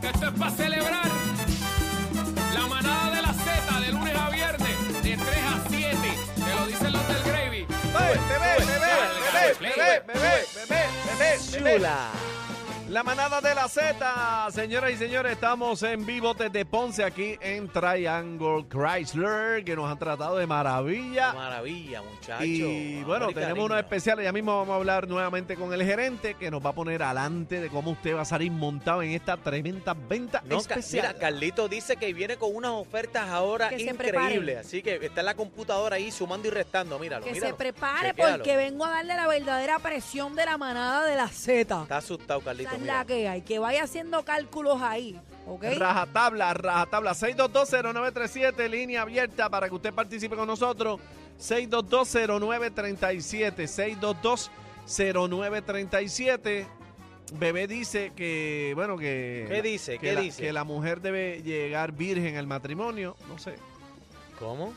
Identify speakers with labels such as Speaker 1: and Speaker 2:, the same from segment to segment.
Speaker 1: que esto es para celebrar. La manada de la Z de lunes a viernes, de 3 a 7. Te lo dicen los del Gravy.
Speaker 2: Chula. La manada de la Z, señoras y señores, estamos en vivo desde Ponce aquí en Triangle Chrysler, que nos han tratado de maravilla.
Speaker 3: Maravilla, muchachos.
Speaker 2: Y bueno, tenemos unos especiales. Ya mismo vamos a hablar nuevamente con el gerente que nos va a poner adelante de cómo usted va a salir montado en esta tremenda venta
Speaker 3: No, Ca-
Speaker 2: especial.
Speaker 3: Mira, Carlito dice que viene con unas ofertas ahora
Speaker 4: Que se prepare.
Speaker 3: increíbles. Así que está en la computadora ahí sumando y restando. Míralo,
Speaker 4: Que se
Speaker 3: míralo.
Speaker 4: prepare
Speaker 3: Chequéalo.
Speaker 4: porque vengo a darle la verdadera presión de la manada de la Z.
Speaker 3: Está asustado,
Speaker 4: Esa
Speaker 3: Carlito.
Speaker 4: es
Speaker 3: mira.
Speaker 4: la que hay, que vaya haciendo cálculos ahí, ¿ok?
Speaker 2: Rajatabla, rajatabla. 6220937, línea abierta para que usted participe con nosotros. 6220937, 6220937. Bebé dice que, bueno, que...
Speaker 3: ¿Qué dice?
Speaker 2: Que
Speaker 3: ¿Qué
Speaker 2: la,
Speaker 3: dice?
Speaker 2: que la mujer debe llegar virgen al matrimonio, no sé.
Speaker 3: ¿Cómo?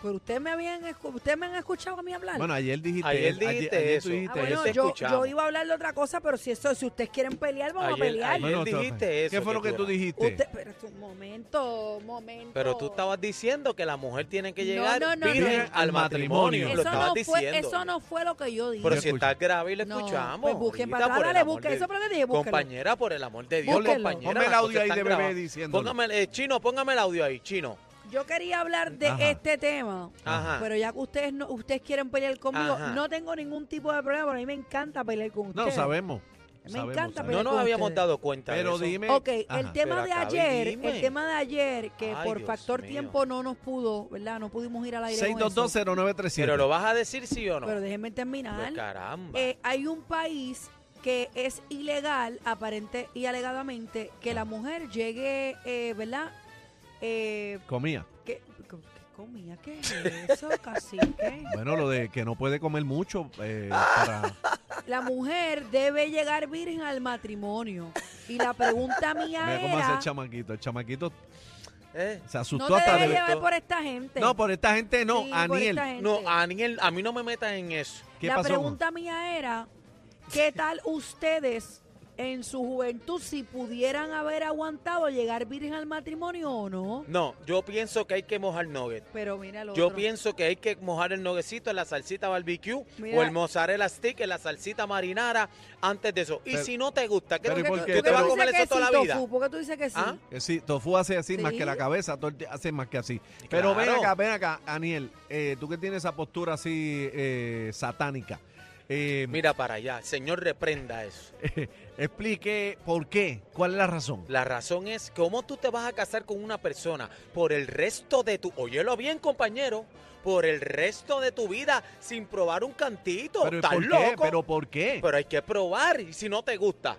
Speaker 4: Pero ustedes me habían escu- ustedes me han escuchado a mí hablar.
Speaker 2: Bueno, ayer dijiste,
Speaker 3: Ayer dijiste
Speaker 2: tú
Speaker 3: eso.
Speaker 4: Ah,
Speaker 2: dijiste
Speaker 3: ayer
Speaker 4: bueno,
Speaker 3: te
Speaker 4: yo,
Speaker 3: escuchamos.
Speaker 4: yo iba a hablar de otra cosa, pero si eso, si ustedes quieren pelear, vamos
Speaker 3: Ayer-
Speaker 4: a pelear.
Speaker 3: ayer
Speaker 2: Bueno,
Speaker 3: dijiste eso,
Speaker 2: ¿Qué fue lo
Speaker 3: que
Speaker 2: que
Speaker 3: tú
Speaker 2: tú
Speaker 3: eras-
Speaker 2: dijiste?
Speaker 4: Usted, pero es un momento, un momento.
Speaker 3: Pero tú estabas diciendo que la mujer tiene que
Speaker 4: No,
Speaker 3: llegar
Speaker 4: no, no, no.
Speaker 3: virgen al
Speaker 2: Al matrimonio.
Speaker 3: matrimonio.
Speaker 4: eso
Speaker 3: Lo estabas
Speaker 4: no fue,
Speaker 3: diciendo.
Speaker 4: Eso no fue lo que yo dije.
Speaker 3: Pero
Speaker 2: Yo
Speaker 3: si
Speaker 2: escucho.
Speaker 3: está grave y lo
Speaker 4: No,
Speaker 3: escuchamos.
Speaker 4: pues busquen para
Speaker 3: Ahorita,
Speaker 4: atrás,
Speaker 3: por el
Speaker 4: dale,
Speaker 3: amor
Speaker 4: busquen.
Speaker 3: de-
Speaker 4: Eso fue lo que dije, búsquenlo.
Speaker 3: Compañera, por el amor de Dios,
Speaker 4: Búsquenlo.
Speaker 3: compañera.
Speaker 2: Ponme el
Speaker 3: las
Speaker 2: audio
Speaker 3: cosas
Speaker 2: ahí de
Speaker 3: están
Speaker 2: bebé
Speaker 3: grabadas.
Speaker 2: diciéndole.
Speaker 3: Póngame, el- eh, Chino, póngame el audio ahí, Chino.
Speaker 4: Yo quería hablar de
Speaker 2: Ajá.
Speaker 4: este tema.
Speaker 2: Ah.
Speaker 3: Ajá.
Speaker 4: Pero ya que ustedes no, ustedes quieren pelear conmigo,
Speaker 3: Ajá.
Speaker 4: no tengo ningún tipo de problema, pero a mí me encanta pelear con ustedes.
Speaker 2: No, sabemos.
Speaker 4: Me
Speaker 2: sabemos, sabemos.
Speaker 4: encanta,
Speaker 3: no
Speaker 4: pero
Speaker 3: nos
Speaker 4: con
Speaker 3: habíamos
Speaker 4: ustedes.
Speaker 3: dado cuenta de
Speaker 2: Pero
Speaker 3: eso.
Speaker 2: dime...
Speaker 4: Ok,
Speaker 2: Ajá.
Speaker 4: el tema
Speaker 3: Pero
Speaker 4: de
Speaker 3: acabe y
Speaker 4: ayer,
Speaker 3: dime.
Speaker 4: el tema de ayer, que
Speaker 3: Ay,
Speaker 4: por
Speaker 3: Dios
Speaker 4: factor
Speaker 3: mío.
Speaker 4: tiempo no nos pudo, ¿verdad? No pudimos ir al aire. con eso.
Speaker 2: 6220937.
Speaker 3: Pero lo vas a decir sí o no.
Speaker 4: Pero déjenme
Speaker 3: Pues,
Speaker 4: terminar.
Speaker 3: caramba.
Speaker 4: Eh, hay un país que es ilegal, aparente y alegadamente, que la mujer llegue, eh, ¿verdad? Eh,
Speaker 2: Comía.
Speaker 4: ¿qué, qué- qué comía? ¿Qué es eso, cacique?
Speaker 2: Bueno, lo de que no puede comer mucho eh, para...
Speaker 4: La mujer debe llegar virgen al matrimonio. Y la pregunta mía
Speaker 2: Mira cómo hace el
Speaker 4: era,
Speaker 2: chamaquito. El chamaquito
Speaker 3: Eh,
Speaker 2: se
Speaker 4: no
Speaker 2: asustó
Speaker 4: te
Speaker 2: hasta
Speaker 4: debes
Speaker 2: de...
Speaker 4: llevar por esta gente.
Speaker 2: No, por esta gente no,
Speaker 4: Sí, por
Speaker 2: Aniel.
Speaker 4: esta gente.
Speaker 3: No, ah, Aniel, a mí no me metas en eso.
Speaker 2: ¿Qué
Speaker 4: la
Speaker 2: pasó?
Speaker 4: pregunta mía era, ¿qué tal ustedes en su juventud si pudieran haber aguantado llegar virgen al matrimonio o no?
Speaker 3: No, yo pienso que hay que mojar nugget.
Speaker 4: Pero mira lo
Speaker 3: Yo
Speaker 4: otro.
Speaker 3: pienso que hay que mojar el noguecito en la salsita barbecue
Speaker 4: Mira.
Speaker 3: o el mozzarella stick en la salsita marinara antes de eso. Y
Speaker 2: Pero-
Speaker 3: si no te gusta, ¿qué
Speaker 2: pero
Speaker 3: tú,
Speaker 2: ¿y por
Speaker 3: tú
Speaker 2: qué?
Speaker 3: te
Speaker 2: Pero
Speaker 3: vas a
Speaker 4: tú
Speaker 3: comer
Speaker 4: dices
Speaker 3: eso
Speaker 4: que
Speaker 3: toda
Speaker 4: sí,
Speaker 3: la vida?
Speaker 4: Tofu? ¿Por qué tú dices que sí?
Speaker 3: ¿Ah?
Speaker 2: Que Eh, sí, Tofu hace así más que la
Speaker 4: Sí.
Speaker 2: cabeza, todo el día hace más que así. Pero ven
Speaker 3: Claro.
Speaker 2: acá, ven acá, Aniel, eh, tú que tienes esa postura así eh, satánica, eh,
Speaker 3: Mira para allá, señor, reprenda eso.
Speaker 2: explique por qué, cuál es la razón.
Speaker 3: La razón es cómo tú te vas a casar con una persona por el resto de tu... Óyelo bien, compañero. Por el resto de tu vida sin probar un cantito.
Speaker 2: Pero ¿y
Speaker 3: ¿Estás
Speaker 2: ¿por qué?
Speaker 3: loco?
Speaker 2: ¿Pero por qué?
Speaker 3: Pero hay que probar y si no te gusta.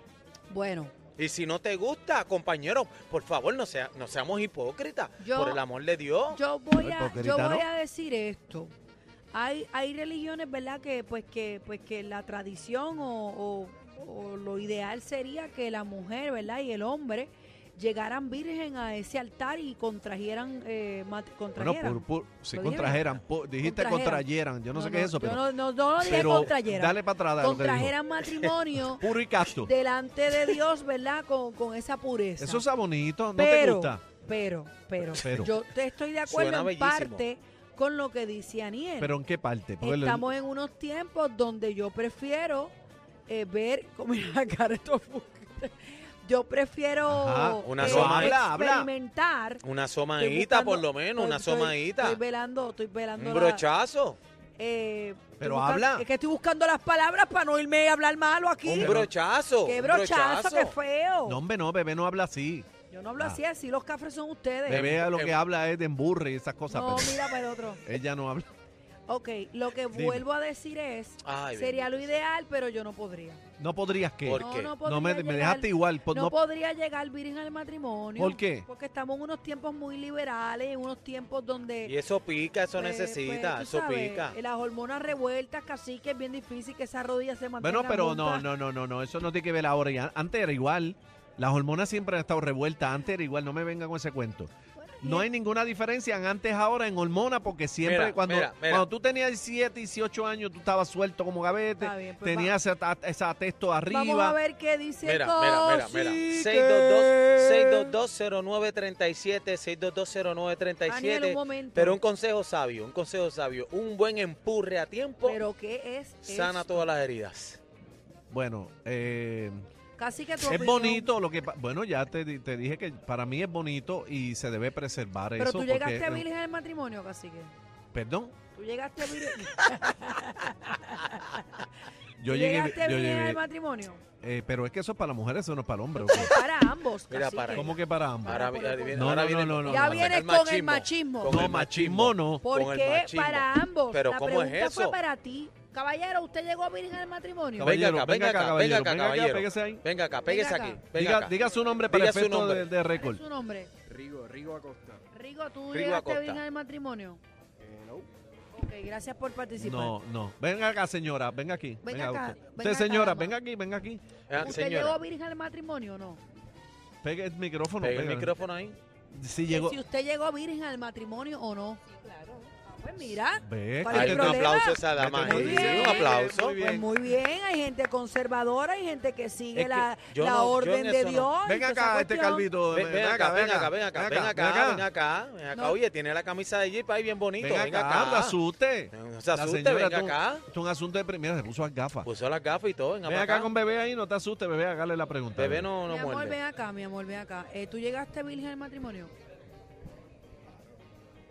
Speaker 4: Bueno,
Speaker 3: Y si no te gusta, compañero, por favor, no, sea, no seamos hipócritas.
Speaker 4: Yo-
Speaker 3: por el amor de Dios.
Speaker 4: yo voy a,
Speaker 2: Hipócrita,
Speaker 4: yo voy
Speaker 2: ¿no?
Speaker 4: a decir esto. Hay, hay religiones, ¿verdad? Que pues que pues que la tradición o, o- o lo ideal sería que la mujer, ¿verdad? Y el hombre llegaran virgen a ese altar y contrajeran, eh, mat-
Speaker 2: bueno,
Speaker 4: contrajeran.
Speaker 2: por, por- sí,
Speaker 4: ¿Lo dije
Speaker 2: contrajeran, po- dijiste contrayeran, yo no, sé qué es eso,
Speaker 4: yo
Speaker 2: pero,
Speaker 4: no, no, no lo dije
Speaker 2: pero
Speaker 4: contrayeran.
Speaker 2: dale para atrás. lo que dijo.
Speaker 4: contrajeran matrimonio
Speaker 2: Puro y casto.
Speaker 4: delante de Dios, ¿verdad? Con, con esa pureza.
Speaker 2: Eso está bonito, ¿no te
Speaker 4: pero,
Speaker 2: gusta?
Speaker 4: pero, pero,
Speaker 2: Pero.
Speaker 4: yo te estoy de acuerdo
Speaker 3: Suena
Speaker 4: en
Speaker 3: bellísimo.
Speaker 4: parte con lo que dice Aniel.
Speaker 2: ¿Pero en qué parte? Porque el-
Speaker 4: Estamos en unos tiempos donde yo prefiero eh, ver, como la cara de tofu. yo prefiero
Speaker 2: Ajá,
Speaker 3: una
Speaker 4: eh,
Speaker 3: soma-
Speaker 2: Habla, habla.
Speaker 4: experimentar.
Speaker 3: Una
Speaker 4: Estoy
Speaker 3: somadita, por
Speaker 4: buscando-
Speaker 3: lo menos,
Speaker 4: estoy-
Speaker 3: una
Speaker 4: estoy-
Speaker 3: somadita.
Speaker 4: Estoy velando, estoy velando.
Speaker 3: Un
Speaker 4: la-
Speaker 3: brochazo.
Speaker 4: eh, estoy
Speaker 2: Pero
Speaker 4: buscando-
Speaker 2: habla.
Speaker 4: Es que estoy buscando las palabras para no irme a hablar malo aquí.
Speaker 3: Un brochazo.
Speaker 4: Qué
Speaker 3: un
Speaker 4: brochazo, qué feo.
Speaker 2: No, hombre, no, bebé no habla así.
Speaker 4: Yo no hablo
Speaker 2: Ah.
Speaker 4: así, así los cafres son ustedes.
Speaker 2: Bebé
Speaker 3: Em-
Speaker 2: lo que
Speaker 3: em-
Speaker 2: habla es de emburre y esas cosas,
Speaker 4: no,
Speaker 2: pero
Speaker 4: mira para el otro.
Speaker 2: ella no habla.
Speaker 4: Ok, lo que
Speaker 2: Dime.
Speaker 4: vuelvo a decir es,
Speaker 3: Ay,
Speaker 4: sería lo ideal, pero yo no podría.
Speaker 2: No podrías que.
Speaker 3: ¿Por
Speaker 4: no,
Speaker 3: qué?
Speaker 4: no podría
Speaker 2: No, me, me
Speaker 4: llegar,
Speaker 2: dejaste igual. po-
Speaker 4: no
Speaker 2: no-
Speaker 4: podría llegar virgen al matrimonio.
Speaker 2: ¿Por qué?
Speaker 4: Porque estamos en unos tiempos muy liberales, en unos tiempos donde...
Speaker 3: Y eso pica, eso
Speaker 4: pues,
Speaker 3: necesita,
Speaker 4: pues, tú
Speaker 3: eso
Speaker 4: sabes,
Speaker 3: pica.
Speaker 4: Las hormonas revueltas, casi que es bien difícil que esas rodillas se mantengan
Speaker 2: bueno, pero no,
Speaker 4: juntas.
Speaker 2: no, no, no, no. Eso no tiene que ver ahora. Y an- Antes era igual. Las hormonas siempre han estado revueltas. Antes era igual. No me vengan con ese cuento.
Speaker 4: Bueno, y-
Speaker 2: No hay ninguna diferencia en antes ahora en hormonas porque siempre
Speaker 3: Mira,
Speaker 2: cuando,
Speaker 3: mira, mira.
Speaker 2: cuando tú tenías 17, 18 años, tú estabas suelto como gavete.
Speaker 4: Está bien, pues
Speaker 2: tenías esa, esa texto arriba.
Speaker 4: Vamos a ver qué dice
Speaker 3: Mira, mira, mira, mira.
Speaker 4: Cosique.
Speaker 3: 622 6220937, 6220937.
Speaker 4: Aniel, un momento.
Speaker 3: Pero un consejo sabio, un consejo sabio, un buen empurre a tiempo
Speaker 4: Pero ¿qué es
Speaker 3: sana
Speaker 4: esto?
Speaker 3: todas las heridas.
Speaker 2: Bueno, eh,
Speaker 4: Casi que tu
Speaker 2: es
Speaker 4: opinión.
Speaker 2: bonito lo que... pa- Bueno, ya te, di- te dije que para mí es bonito y se debe preservar
Speaker 4: Pero
Speaker 2: eso.
Speaker 4: tú llegaste
Speaker 2: porque- eh,
Speaker 4: virgen al matrimonio, cacique.
Speaker 2: Perdón.
Speaker 4: Tú llegaste virgen.
Speaker 2: Yo
Speaker 4: ¿Tú
Speaker 2: llegué,
Speaker 4: llegaste
Speaker 2: yo
Speaker 4: virgen
Speaker 2: llegué-
Speaker 4: al matrimonio.
Speaker 2: eh, pero mira, para eso no es para las mujeres, eso no es para el hombre.
Speaker 4: Es para ambos.
Speaker 3: Mira,
Speaker 4: cacique.
Speaker 3: para.
Speaker 2: ¿Cómo que para ambos?
Speaker 3: Ahora,
Speaker 4: por
Speaker 3: ahora
Speaker 4: el-
Speaker 3: viene-
Speaker 2: No,
Speaker 3: ahora
Speaker 2: no,
Speaker 3: viene-
Speaker 2: no, no,
Speaker 4: Ya
Speaker 2: no,
Speaker 4: vienes
Speaker 3: sacar
Speaker 4: con el machismo.
Speaker 3: con
Speaker 2: No,
Speaker 3: el
Speaker 2: machismo no.
Speaker 3: con el
Speaker 4: Porque
Speaker 3: machismo.
Speaker 4: para ambos.
Speaker 3: Pero
Speaker 4: la
Speaker 3: ¿cómo es
Speaker 4: pregunta fue
Speaker 3: eso?
Speaker 4: para ti. Caballero, ¿usted llegó virgen al matrimonio?
Speaker 3: Venga
Speaker 2: Caballero,
Speaker 3: acá,
Speaker 2: venga acá,
Speaker 3: venga
Speaker 2: caballero,
Speaker 3: acá,
Speaker 2: venga acá,
Speaker 3: caballero.
Speaker 2: pégase ahí.
Speaker 3: Venga acá, pégase
Speaker 4: Venga
Speaker 3: aquí.
Speaker 4: acá.
Speaker 3: venga
Speaker 2: Diga,
Speaker 3: acá.
Speaker 2: diga su nombre para
Speaker 3: Diga su
Speaker 2: efecto
Speaker 3: nombre.
Speaker 2: de, de
Speaker 4: ¿Cuál es
Speaker 2: récord.
Speaker 4: su nombre?
Speaker 5: Rigo, Rigo Acosta.
Speaker 4: Rigo, ¿tú
Speaker 3: Rigo
Speaker 4: llegaste
Speaker 3: Acosta.
Speaker 4: virgen al matrimonio?
Speaker 5: Hello.
Speaker 4: Ok, gracias por participar.
Speaker 2: No, no. Venga acá, señora, venga aquí.
Speaker 4: Venga acá,
Speaker 2: usted.
Speaker 4: venga
Speaker 2: Usted,
Speaker 4: acá,
Speaker 2: señora,
Speaker 4: dama.
Speaker 2: venga aquí, venga aquí.
Speaker 3: Ah,
Speaker 4: ¿Usted
Speaker 3: señora,
Speaker 4: llegó virgen al matrimonio o no?
Speaker 2: Pegue el micrófono.
Speaker 3: pega el
Speaker 2: pégale.
Speaker 3: micrófono ahí.
Speaker 2: Sí,
Speaker 4: Que
Speaker 2: llegó.
Speaker 4: Si usted llegó virgen al matrimonio o no. Sí, claro. pues mira.
Speaker 2: Ve,
Speaker 4: ¿Cuál es
Speaker 3: Ahí
Speaker 4: el
Speaker 3: un
Speaker 4: problema?
Speaker 3: aplauso a esa dama.
Speaker 4: Muy
Speaker 3: ahí.
Speaker 4: bien.
Speaker 3: Un aplauso.
Speaker 2: Muy bien.
Speaker 4: Pues muy bien, hay gente conservadora, hay gente que sigue
Speaker 3: Es que
Speaker 4: la,
Speaker 3: yo
Speaker 4: la
Speaker 3: no- yo en
Speaker 4: orden de
Speaker 3: eso no.
Speaker 4: Dios. y
Speaker 2: Venga
Speaker 4: toda esa
Speaker 2: acá, este
Speaker 4: cuestión.
Speaker 2: calvito.
Speaker 3: Ven, ven acá, ven acá, ven acá, ven acá, ven acá, ven acá.
Speaker 4: No.
Speaker 3: Oye, tiene la camisa de allí ahí bien bonito.
Speaker 2: Venga
Speaker 3: venga
Speaker 2: acá, no la asuste.
Speaker 3: No se
Speaker 2: La
Speaker 3: asuste,
Speaker 2: señora,
Speaker 3: venga
Speaker 2: tú-
Speaker 3: acá.
Speaker 2: Esto es un asunto de primera, se puso las gafas.
Speaker 3: Puso las gafas y todo, venga
Speaker 2: Ven
Speaker 3: para
Speaker 2: acá
Speaker 3: acá.
Speaker 2: con bebé ahí, no te asustes, bebé, hágale la pregunta.
Speaker 3: Bebé no, no
Speaker 4: Mi amor, ven
Speaker 3: muerde.
Speaker 4: acá, mi amor, ven acá. Eh, ¿Tú llegaste virgen al matrimonio?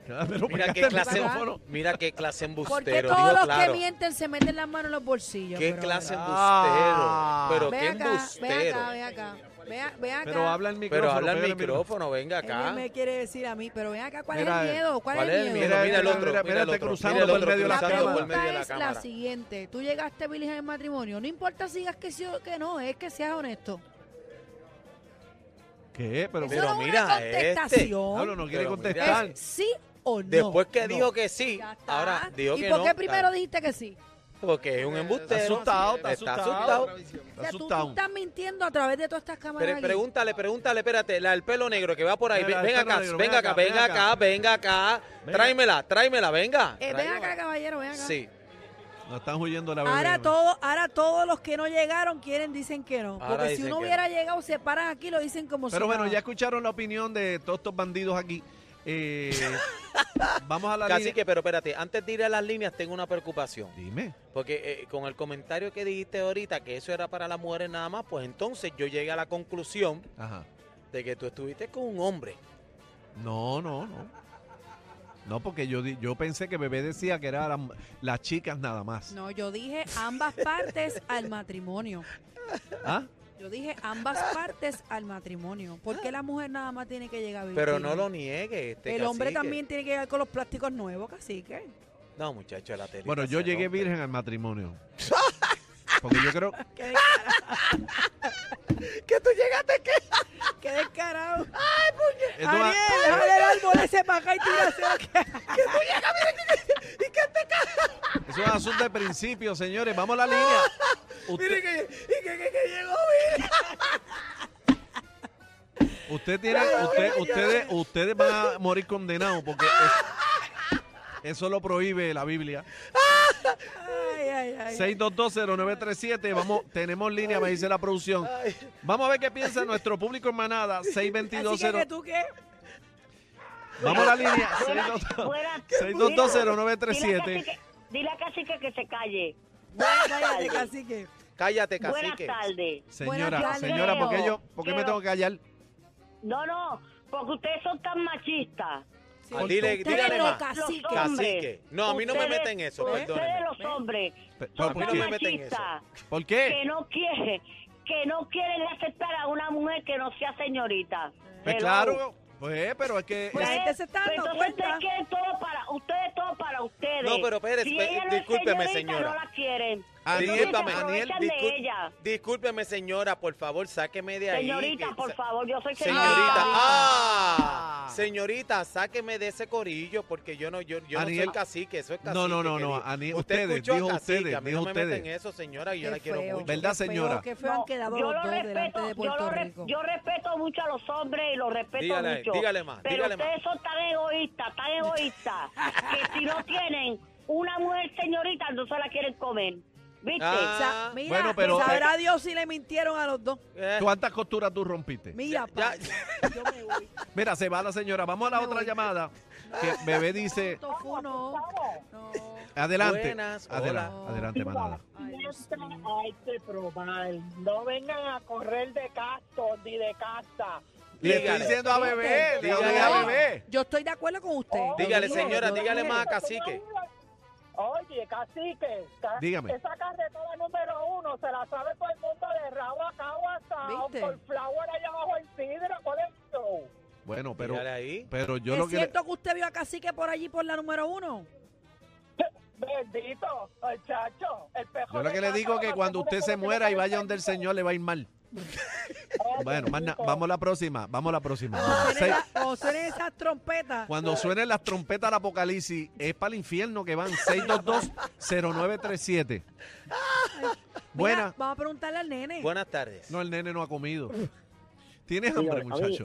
Speaker 2: Pero
Speaker 3: Mira
Speaker 2: pegaste
Speaker 3: qué
Speaker 2: el
Speaker 3: clase,
Speaker 2: este micrófono.
Speaker 3: mira qué clase
Speaker 4: ¿Por qué
Speaker 3: embustero,
Speaker 4: todos
Speaker 3: dijo
Speaker 4: los
Speaker 3: claro.
Speaker 4: que mienten se meten las manos en los bolsillos?
Speaker 3: Qué
Speaker 4: Pero,
Speaker 3: clase
Speaker 4: bueno.
Speaker 2: Ah.
Speaker 3: embustero, pero qué
Speaker 4: Ven acá, ven
Speaker 3: embustero.
Speaker 4: acá, ven acá. Ven, a- ven acá.
Speaker 2: Pero habla el micrófono.
Speaker 3: Pero habla el
Speaker 2: pégale
Speaker 3: micrófono, venga
Speaker 4: Él
Speaker 3: acá.
Speaker 4: me quiere decir a mí, pero ven acá, ¿cuál
Speaker 2: Mira,
Speaker 4: es el miedo? ¿Cuál, es el miedo?
Speaker 2: mira,
Speaker 3: Mira el
Speaker 2: mira,
Speaker 3: otro,
Speaker 2: mira,
Speaker 3: mira,
Speaker 2: mira,
Speaker 3: el
Speaker 2: te
Speaker 3: otro,
Speaker 2: cruzando
Speaker 3: mira el
Speaker 2: por
Speaker 3: otro,
Speaker 2: medio de la
Speaker 4: La
Speaker 3: cruzando
Speaker 2: cámara.
Speaker 3: por medio de
Speaker 4: pregunta
Speaker 3: la
Speaker 4: es la
Speaker 3: cámara.
Speaker 4: siguiente. Tú llegaste virgen al matrimonio. No importa si digas que sí o que no, es que seas honesto.
Speaker 2: ¿Qué? Pero,
Speaker 4: Eso
Speaker 3: pero
Speaker 4: no es
Speaker 3: mira
Speaker 4: una
Speaker 3: este.
Speaker 4: contestación.
Speaker 2: Pablo no quiere
Speaker 3: Pero mira,
Speaker 2: contestar.
Speaker 4: Es sí o no.
Speaker 3: Después que
Speaker 4: No.
Speaker 3: dijo que sí,
Speaker 4: Ya está.
Speaker 3: ahora dijo
Speaker 4: ¿Y
Speaker 3: que no.
Speaker 4: por qué primero dijiste que sí?
Speaker 3: Porque es un embustero.
Speaker 2: asustado, está
Speaker 3: Está
Speaker 2: asustado.
Speaker 3: asustado.
Speaker 4: O sea, tú, tú
Speaker 2: asustado.
Speaker 4: estás mintiendo a través de todas estas cámaras.
Speaker 3: Pre-
Speaker 4: aquí.
Speaker 3: pregúntale, pregúntale, espérate, la del pelo negro que va por ahí.
Speaker 2: Mira,
Speaker 3: Ven,
Speaker 2: el
Speaker 3: ven
Speaker 2: pelo
Speaker 3: acá,
Speaker 2: negro,
Speaker 3: venga acá, venga acá, venga acá.
Speaker 2: Venga.
Speaker 3: Tráemela, tráemela, venga.
Speaker 4: Eh, ven acá, caballero, ven acá.
Speaker 3: Sí.
Speaker 2: No están huyendo la bebé.
Speaker 4: Ahora, todo, ahora todos los que no llegaron quieren, dicen que no.
Speaker 3: Ahora
Speaker 4: Porque si
Speaker 3: dicen
Speaker 4: uno
Speaker 3: que
Speaker 4: hubiera llegado, se paran aquí y lo dicen como
Speaker 2: Pero
Speaker 4: si
Speaker 2: bueno,
Speaker 4: nada.
Speaker 2: ya escucharon la opinión de todos estos bandidos aquí. Eh, vamos a la
Speaker 3: Casi
Speaker 2: línea.
Speaker 3: que, pero espérate, antes de ir a las líneas tengo una preocupación.
Speaker 2: Dime.
Speaker 3: Porque eh, con el comentario que dijiste ahorita, que eso era para las mujeres nada más, pues entonces yo llegué a la conclusión
Speaker 2: Ajá.
Speaker 3: de que tú estuviste con un hombre.
Speaker 2: No, no, no. No, porque yo, di- yo pensé que bebé decía que eran las chicas nada más.
Speaker 4: No, yo dije ambas partes al matrimonio.
Speaker 2: ¿Ah?
Speaker 4: Yo dije ambas partes al matrimonio. ¿Por qué la mujer nada más tiene que llegar virgen?
Speaker 3: Pero no lo niegue. Este
Speaker 4: El hombre
Speaker 3: cacique.
Speaker 4: también tiene que llegar con los plásticos nuevos, cacique.
Speaker 3: No, muchacho, la telita
Speaker 2: Bueno, yo
Speaker 3: se
Speaker 2: llegué
Speaker 3: rompe.
Speaker 2: virgen al matrimonio. Porque yo creo.
Speaker 4: Qué,
Speaker 3: ¿Que tú llegaste qué?
Speaker 4: qué descarado.
Speaker 2: Es
Speaker 4: Ariel,
Speaker 2: una-
Speaker 4: déjale el árbol ese para acá y tírase acá.
Speaker 2: es un asunto de principio, señores. Vamos a la línea. Usted,
Speaker 3: que, y que, que, que llegó
Speaker 2: usted tiene, usted- ustedes, ustedes van a morir condenados porque es- eso lo prohíbe la Biblia.
Speaker 4: Ay, ay, ay.
Speaker 2: 6220937, vamos, tenemos línea, me dice la producción. Vamos a ver qué piensa nuestro público en manada.
Speaker 4: Así que,
Speaker 2: 6220937.
Speaker 4: que tú qué.
Speaker 2: Vamos a la línea.
Speaker 6: Buenas-
Speaker 2: 6220937.
Speaker 6: Dile a Cacique que se calle.
Speaker 4: Cállate, cacique.
Speaker 3: Cállate,
Speaker 6: Buenas
Speaker 3: cacique.
Speaker 6: tardes.
Speaker 2: Señora,
Speaker 4: Buenas tardes.
Speaker 2: señora, ¿por qué yo, por qué me
Speaker 6: Quiero-
Speaker 2: tengo que callar?
Speaker 6: No, no, porque ustedes son tan machistas.
Speaker 4: Sí.
Speaker 3: Ah, dile,
Speaker 4: Ustedes
Speaker 3: dígale
Speaker 4: no,
Speaker 3: más.
Speaker 4: cacique.
Speaker 6: Los hombres.
Speaker 3: Cacique. No, a mí no me
Speaker 6: Ustedes-
Speaker 3: meten eso,
Speaker 6: Ustedes
Speaker 3: perdóneme.
Speaker 6: los hombres
Speaker 2: Pe-
Speaker 6: son
Speaker 2: ¿Por
Speaker 6: tan
Speaker 2: qué?
Speaker 3: me meten
Speaker 6: machistas
Speaker 2: ¿Por qué?
Speaker 6: que no quieren que no quieren aceptar a una mujer que no sea señorita.
Speaker 2: Pues
Speaker 6: Hello.
Speaker 2: claro, pues, pero es que
Speaker 4: Pues- La gente se está dando
Speaker 6: entonces
Speaker 4: cuenta.
Speaker 6: ustedes quieren todo para ustedes todo para ustedes.
Speaker 3: No, pero espérese,
Speaker 6: si
Speaker 3: pe-
Speaker 6: ella no es
Speaker 3: discúlpeme,
Speaker 6: señorita,
Speaker 3: señora.
Speaker 6: No la quieren.
Speaker 2: Ariel,
Speaker 6: Entonces se
Speaker 3: Discúlpame,
Speaker 6: aprovechan
Speaker 3: Ariel, discul-
Speaker 6: de ella.
Speaker 3: Discúlpeme, señora, por favor, sáqueme de ahí.
Speaker 6: Señorita,
Speaker 3: que-
Speaker 6: por
Speaker 3: sa-
Speaker 6: favor, yo soy
Speaker 3: Señorita, ah, señorita, sáqueme de ese corillo porque yo no, yo, yo no
Speaker 2: Aniel-
Speaker 3: soy cacique, eso es cacique.
Speaker 2: No, no, no,
Speaker 3: querido.
Speaker 2: no, Aniel,
Speaker 3: Usted
Speaker 2: ustedes,
Speaker 3: escuchó a
Speaker 2: dijo
Speaker 3: cacique,
Speaker 2: ustedes,
Speaker 3: a mí
Speaker 2: dijo
Speaker 3: no me meten
Speaker 2: ustedes.
Speaker 3: eso, señora, y yo
Speaker 4: Qué
Speaker 3: la quiero
Speaker 4: feo,
Speaker 3: mucho.
Speaker 2: ¿Verdad,
Speaker 4: qué feo,
Speaker 2: señora?
Speaker 4: Qué feo han
Speaker 6: No,
Speaker 4: quedado
Speaker 6: yo
Speaker 4: los
Speaker 6: lo
Speaker 4: dos delante
Speaker 6: respeto,
Speaker 4: de
Speaker 6: yo,
Speaker 4: Puerto
Speaker 6: lo re-
Speaker 4: Rico.
Speaker 6: yo respeto mucho a los hombres y los respeto
Speaker 3: Dígale,
Speaker 6: mucho.
Speaker 3: dígale más,
Speaker 6: pero
Speaker 3: dígale más.
Speaker 6: ustedes son tan egoístas, tan egoístas, que si no tienen una mujer señorita, no se la quieren comer. ¿Viste?
Speaker 4: O
Speaker 3: Ah.
Speaker 4: sea, mira,
Speaker 2: Bueno, pero,
Speaker 4: sabrá Dios si le mintieron a los dos.
Speaker 3: Eh,
Speaker 2: ¿Cuántas costuras tú rompiste?
Speaker 4: Mira,
Speaker 3: ya-
Speaker 4: pa, yo me voy.
Speaker 2: Mira, se va la señora. Vamos a la
Speaker 4: Me
Speaker 2: otra
Speaker 4: voy.
Speaker 2: llamada. Que bebé dice,
Speaker 4: Esto fue no. No.
Speaker 2: adelante.
Speaker 3: Buenas, hola.
Speaker 2: adelante, adelante, manada.
Speaker 4: Ay, Dios
Speaker 7: Siempre
Speaker 4: mío.
Speaker 7: hay que probar. No vengan a correr de castos ni de casa.
Speaker 2: Le
Speaker 3: Dígale.
Speaker 2: estoy diciendo a bebé, le hablé
Speaker 3: Dígale.
Speaker 2: a bebé.
Speaker 4: Yo estoy de acuerdo con usted.
Speaker 3: Dígale,
Speaker 4: Yo dije,
Speaker 3: señora,
Speaker 4: yo
Speaker 3: dígale
Speaker 4: dije.
Speaker 3: más a Cacique.
Speaker 7: Oye, cacique, ca-
Speaker 2: Dígame.
Speaker 7: esa carretera número uno se la sabe todo el mundo de rabo a cabo
Speaker 4: ¿Viste?
Speaker 7: hasta por flower allá abajo en Sidra. ¿Cuál es el show?
Speaker 2: Bueno, pero,
Speaker 3: Dígale ahí.
Speaker 2: pero yo
Speaker 4: ¿Es
Speaker 2: lo que... le-
Speaker 4: cierto que usted vio a Cacique por allí por la número uno?
Speaker 7: Bendito, el chacho, el pejo
Speaker 2: Yo lo
Speaker 7: de
Speaker 2: que le
Speaker 7: casa,
Speaker 2: digo
Speaker 7: lo
Speaker 2: es que
Speaker 7: más
Speaker 2: cuando
Speaker 7: seguro
Speaker 2: usted
Speaker 7: es
Speaker 2: se
Speaker 7: que
Speaker 2: muera y
Speaker 7: tenga
Speaker 2: vaya donde el
Speaker 7: enfermo.
Speaker 2: Señor le va a ir mal.
Speaker 7: Oye,
Speaker 2: Bueno, más nada.
Speaker 7: chico,
Speaker 2: vamos a la próxima, vamos a la próxima.
Speaker 4: Cuando
Speaker 2: Se-
Speaker 4: suenen la- cuando suenen esas trompetas.
Speaker 2: Cuando suenen las trompetas del apocalipsis, es para el infierno que van 622-0937.
Speaker 4: Mira,
Speaker 2: Buena.
Speaker 4: Vamos a preguntarle al nene.
Speaker 3: Buenas tardes.
Speaker 2: No, el nene no ha comido. ¿Tienes hambre,
Speaker 7: Dígame, a mí-
Speaker 2: muchacho?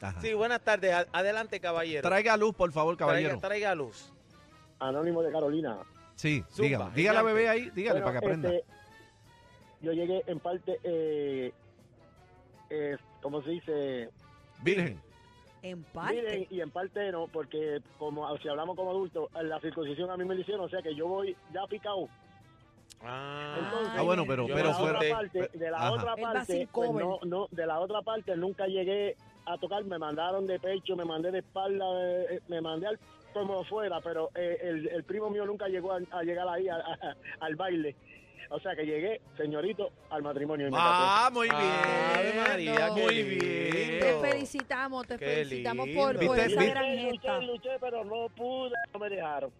Speaker 2: Ajá.
Speaker 3: Sí, buenas tardes. A- Adelante, caballero.
Speaker 2: Traiga luz, por favor, caballero.
Speaker 3: Traiga, traiga luz.
Speaker 8: Anónimo de Carolina.
Speaker 2: Sí,
Speaker 3: Zumba,
Speaker 2: dígame. Dígale a
Speaker 3: gigante.
Speaker 2: bebé ahí, dígale
Speaker 8: Bueno,
Speaker 2: para que aprenda.
Speaker 8: este, yo llegué en parte, eh, eh, ¿cómo se dice?
Speaker 2: Virgen.
Speaker 4: En parte.
Speaker 8: Miren, y en parte no, porque como si hablamos como adultos, la circuncisión a mí me la hicieron, o sea que yo voy ya picado.
Speaker 4: Ah,
Speaker 2: Ah, bueno, pero,
Speaker 3: yo
Speaker 2: pero
Speaker 8: de la
Speaker 2: fuera.
Speaker 8: otra parte, de la
Speaker 2: Ajá.
Speaker 8: otra
Speaker 4: Él va sin
Speaker 8: parte, pues,
Speaker 4: cover.
Speaker 8: no, no, de la otra parte nunca llegué a tocar, me mandaron de pecho, me mandé de espalda, eh, me mandé al- como fuera, pero eh, el, el primo mío nunca llegó a, a llegar ahí a- a- al baile. O sea que llegué, señorito, al matrimonio. y me casé.
Speaker 2: Ah, muy bien.
Speaker 3: Ave María, qué
Speaker 2: muy
Speaker 3: lindo.
Speaker 4: Te
Speaker 2: bien.
Speaker 4: felicitamos, te
Speaker 3: Qué
Speaker 4: felicitamos
Speaker 3: lindo.
Speaker 4: por, por
Speaker 2: ¿Viste?
Speaker 4: esa
Speaker 2: ¿Viste?
Speaker 4: gran gesta.
Speaker 8: luché, luché, pero no pude, no me dejaron.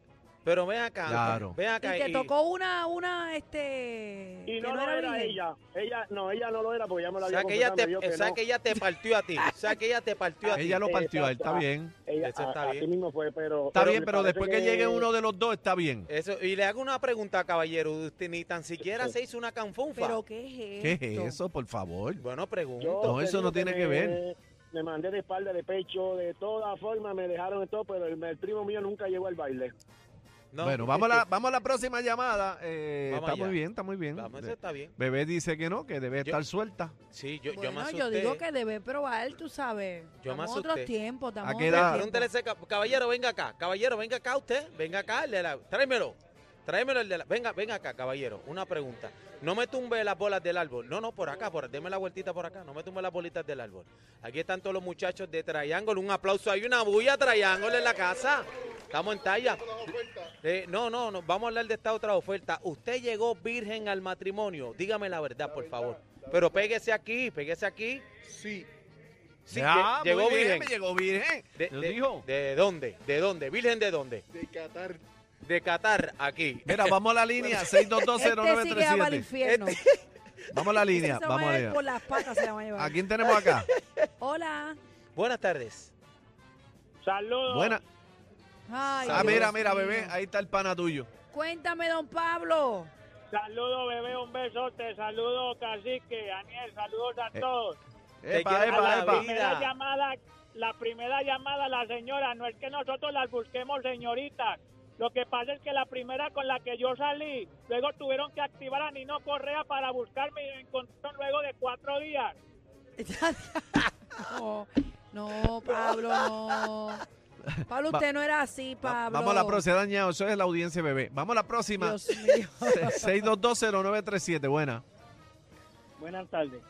Speaker 3: Pero ven acá.
Speaker 2: Claro.
Speaker 3: Ven acá.
Speaker 4: Y te tocó una, una, este. que
Speaker 8: Y no, lo era
Speaker 4: virgen.
Speaker 8: ella. ella. No, ella no lo era porque ya me
Speaker 3: O
Speaker 8: la
Speaker 3: sea,
Speaker 8: había
Speaker 3: que ella te,
Speaker 8: confesado, me dijo
Speaker 3: o sea,
Speaker 8: no.
Speaker 3: que ella te partió a ti. O sea, que ella te partió a ti.
Speaker 2: Ella lo partió a él, está
Speaker 8: Exacto.
Speaker 2: bien.
Speaker 8: Ella-
Speaker 3: Eso
Speaker 8: a-
Speaker 3: está
Speaker 8: así
Speaker 3: bien.
Speaker 8: mismo fue, pero...
Speaker 2: Está
Speaker 8: pero
Speaker 2: bien,
Speaker 8: me
Speaker 2: pero
Speaker 8: parece
Speaker 2: después que
Speaker 8: que
Speaker 2: llegue uno de los dos, está bien.
Speaker 3: Eso, y le hago una pregunta, caballero. Usted ni tan siquiera se hizo una canfunfa.
Speaker 4: Pero ¿qué
Speaker 2: ¿Qué
Speaker 4: es
Speaker 2: es eso, por favor?
Speaker 3: bueno, pregunto.
Speaker 8: Yo
Speaker 2: No,
Speaker 8: te
Speaker 2: eso no
Speaker 8: digo
Speaker 2: tiene
Speaker 8: me-
Speaker 2: que ver.
Speaker 8: Me mandé de espalda, de pecho, de todas formas me dejaron en todo, pero el, el primo mío nunca llegó al baile.
Speaker 3: No,
Speaker 2: Bueno, vamos a la, vamos a la próxima llamada. Eh,
Speaker 3: Vamos
Speaker 2: está
Speaker 3: allá.
Speaker 2: muy bien, está muy bien.
Speaker 3: Vamos, eso está bien.
Speaker 2: Bebé dice que no, que debe
Speaker 3: Yo-
Speaker 2: estar suelta.
Speaker 3: Sí, yo, yo me
Speaker 4: Bueno,
Speaker 3: asusté.
Speaker 4: yo, digo que debe probar, tú sabes.
Speaker 3: Yo me
Speaker 4: Estamos en
Speaker 3: asusté.
Speaker 4: otros tiempos, estamos
Speaker 2: ¿A
Speaker 4: en
Speaker 2: qué
Speaker 4: otros
Speaker 2: edad?
Speaker 4: tiempos.
Speaker 3: Pregúntale a ese ca- caballero, venga acá. Caballero, venga acá usted. Venga acá, el de la- tráemelo. Tráemelo el de la... Venga, venga acá, caballero. Una pregunta. No me tumbe las bolas del árbol. No, no, por acá, por deme la vueltita por acá. No me tumbe las bolitas del árbol. Aquí están todos los muchachos de Triángulo. Un aplauso. Hay una bulla Triángulo en la casa. Estamos en talla. Eh, no, no, no. Vamos a hablar de esta otra oferta. Usted llegó virgen al matrimonio. Dígame la verdad, por favor. Pero péguese aquí, péguese aquí.
Speaker 5: Sí.
Speaker 3: Sí,
Speaker 2: Ya,
Speaker 3: lle- llegó
Speaker 2: muy bien,
Speaker 3: virgen.
Speaker 2: me llegó virgen.
Speaker 3: De,
Speaker 2: Lo
Speaker 3: de-
Speaker 2: dijo.
Speaker 3: ¿De dónde? ¿De dónde? ¿Virgen de dónde?
Speaker 5: De Qatar.
Speaker 3: De Qatar, aquí.
Speaker 2: Mira, vamos a la línea,
Speaker 4: Este sí que va para el
Speaker 2: 6220937.
Speaker 4: infierno.
Speaker 2: Vamos a la línea,
Speaker 4: Ese se va
Speaker 2: vamos a
Speaker 4: a
Speaker 2: la
Speaker 4: ir
Speaker 2: línea.
Speaker 4: por las patas se la va a llevar.
Speaker 2: ¿A quién tenemos acá?
Speaker 4: Hola.
Speaker 3: Buenas tardes.
Speaker 8: Saludos.
Speaker 2: Buena.
Speaker 4: Ay,
Speaker 2: Ah,
Speaker 4: Dios
Speaker 2: mira, mira,
Speaker 4: mío.
Speaker 2: bebé, ahí está el pana tuyo.
Speaker 4: Cuéntame, don Pablo.
Speaker 8: Saludos, bebé, un besote. Saludos, cacique, Daniel, saludos a
Speaker 2: Eh,
Speaker 8: todos.
Speaker 3: Te
Speaker 2: Epa,
Speaker 3: quiero
Speaker 2: epa,
Speaker 3: dar la
Speaker 2: epa.
Speaker 3: vida. Mira.
Speaker 8: primera llamada, la primera llamada a la señora, no es que nosotros las busquemos, señoritas. Lo que pasa es que la primera con la que yo salí, luego tuvieron que activar a Nino Correa para buscarme y me encontraron luego de cuatro días.
Speaker 4: no, no, Pablo, no. Pablo, usted no era así,
Speaker 2: Va-
Speaker 4: Pablo.
Speaker 2: Vamos a la próxima, dañado. Eso es la audiencia, bebé. Vamos a la próxima.
Speaker 4: Dios mío.
Speaker 2: 6220937, buena.
Speaker 8: Buenas tardes.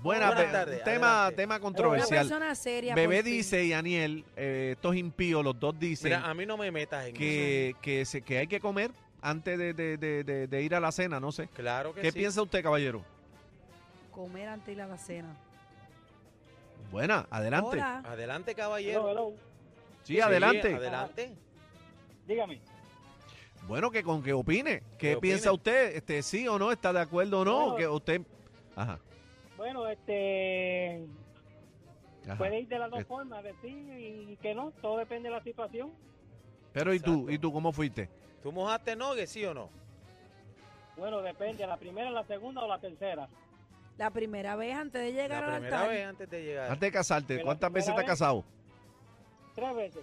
Speaker 2: Buena,
Speaker 3: Buenas
Speaker 2: be-
Speaker 3: tardes,
Speaker 2: tema,
Speaker 3: adelante.
Speaker 2: tema
Speaker 4: Una
Speaker 2: controversial.
Speaker 4: persona seria.
Speaker 2: Bebé
Speaker 4: por fin.
Speaker 2: dice y Aniel, eh, estos impíos, los dos dicen
Speaker 3: a mí no me metas en
Speaker 2: que, que, se, que hay que comer antes de, de- de- de- de ir a la cena, no sé.
Speaker 3: eso. Claro que
Speaker 2: ¿Qué
Speaker 3: sí.
Speaker 2: piensa usted, caballero?
Speaker 4: Comer antes de ir a la cena.
Speaker 2: Buena, adelante.
Speaker 4: Hola.
Speaker 3: Adelante, caballero.
Speaker 2: Sí, adelante.
Speaker 3: Sí, adelante.
Speaker 8: Dígame.
Speaker 2: Bueno, que con que opine. ¿Qué,
Speaker 3: ¿Qué opine?
Speaker 2: piensa usted? Este, ¿Sí o no? ¿Está de acuerdo o no?
Speaker 8: Bueno.
Speaker 2: Que usted... Ajá.
Speaker 8: Bueno, este,
Speaker 2: ajá.
Speaker 8: ir de las
Speaker 2: dos Eh.
Speaker 8: formas, que sí y que no, todo depende de la situación.
Speaker 2: Pero ¿y tú?
Speaker 3: Exacto.
Speaker 2: ¿Y tú cómo fuiste?
Speaker 3: ¿Tú mojaste nogue, sí o no?
Speaker 8: Bueno, depende, la primera, la segunda o la tercera.
Speaker 4: La primera vez antes de llegar
Speaker 3: La
Speaker 4: al
Speaker 3: primera
Speaker 4: altar.
Speaker 3: vez antes de llegar.
Speaker 2: Antes de casarte,
Speaker 8: la
Speaker 2: ¿cuántas veces te
Speaker 8: primera
Speaker 2: has
Speaker 8: vez-
Speaker 2: casado?
Speaker 8: Tres veces.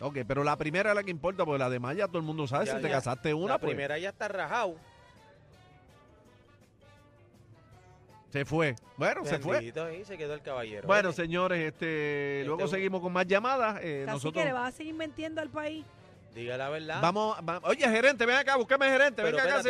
Speaker 2: Ok, pero la primera es la que importa, porque la demás ya todo el mundo sabe.
Speaker 3: Ya,
Speaker 2: si te
Speaker 3: ya.
Speaker 2: casaste una,
Speaker 3: la
Speaker 2: pues...
Speaker 3: primera ya está rajado.
Speaker 2: Se fue. Bueno, se fue.
Speaker 3: Bendito, ahí se quedó el caballero.
Speaker 2: Bueno,
Speaker 3: Oye,
Speaker 2: señores, este,
Speaker 3: Este
Speaker 2: luego
Speaker 3: es un-
Speaker 2: seguimos con más llamadas. eh,
Speaker 4: Así
Speaker 2: nosotros
Speaker 4: que le vas a seguir mintiendo al país.
Speaker 3: Diga la verdad.
Speaker 2: vamos, va- Oye, gerente, ven acá, búscame gerente,
Speaker 3: Pero
Speaker 2: venga acá.
Speaker 3: espérate,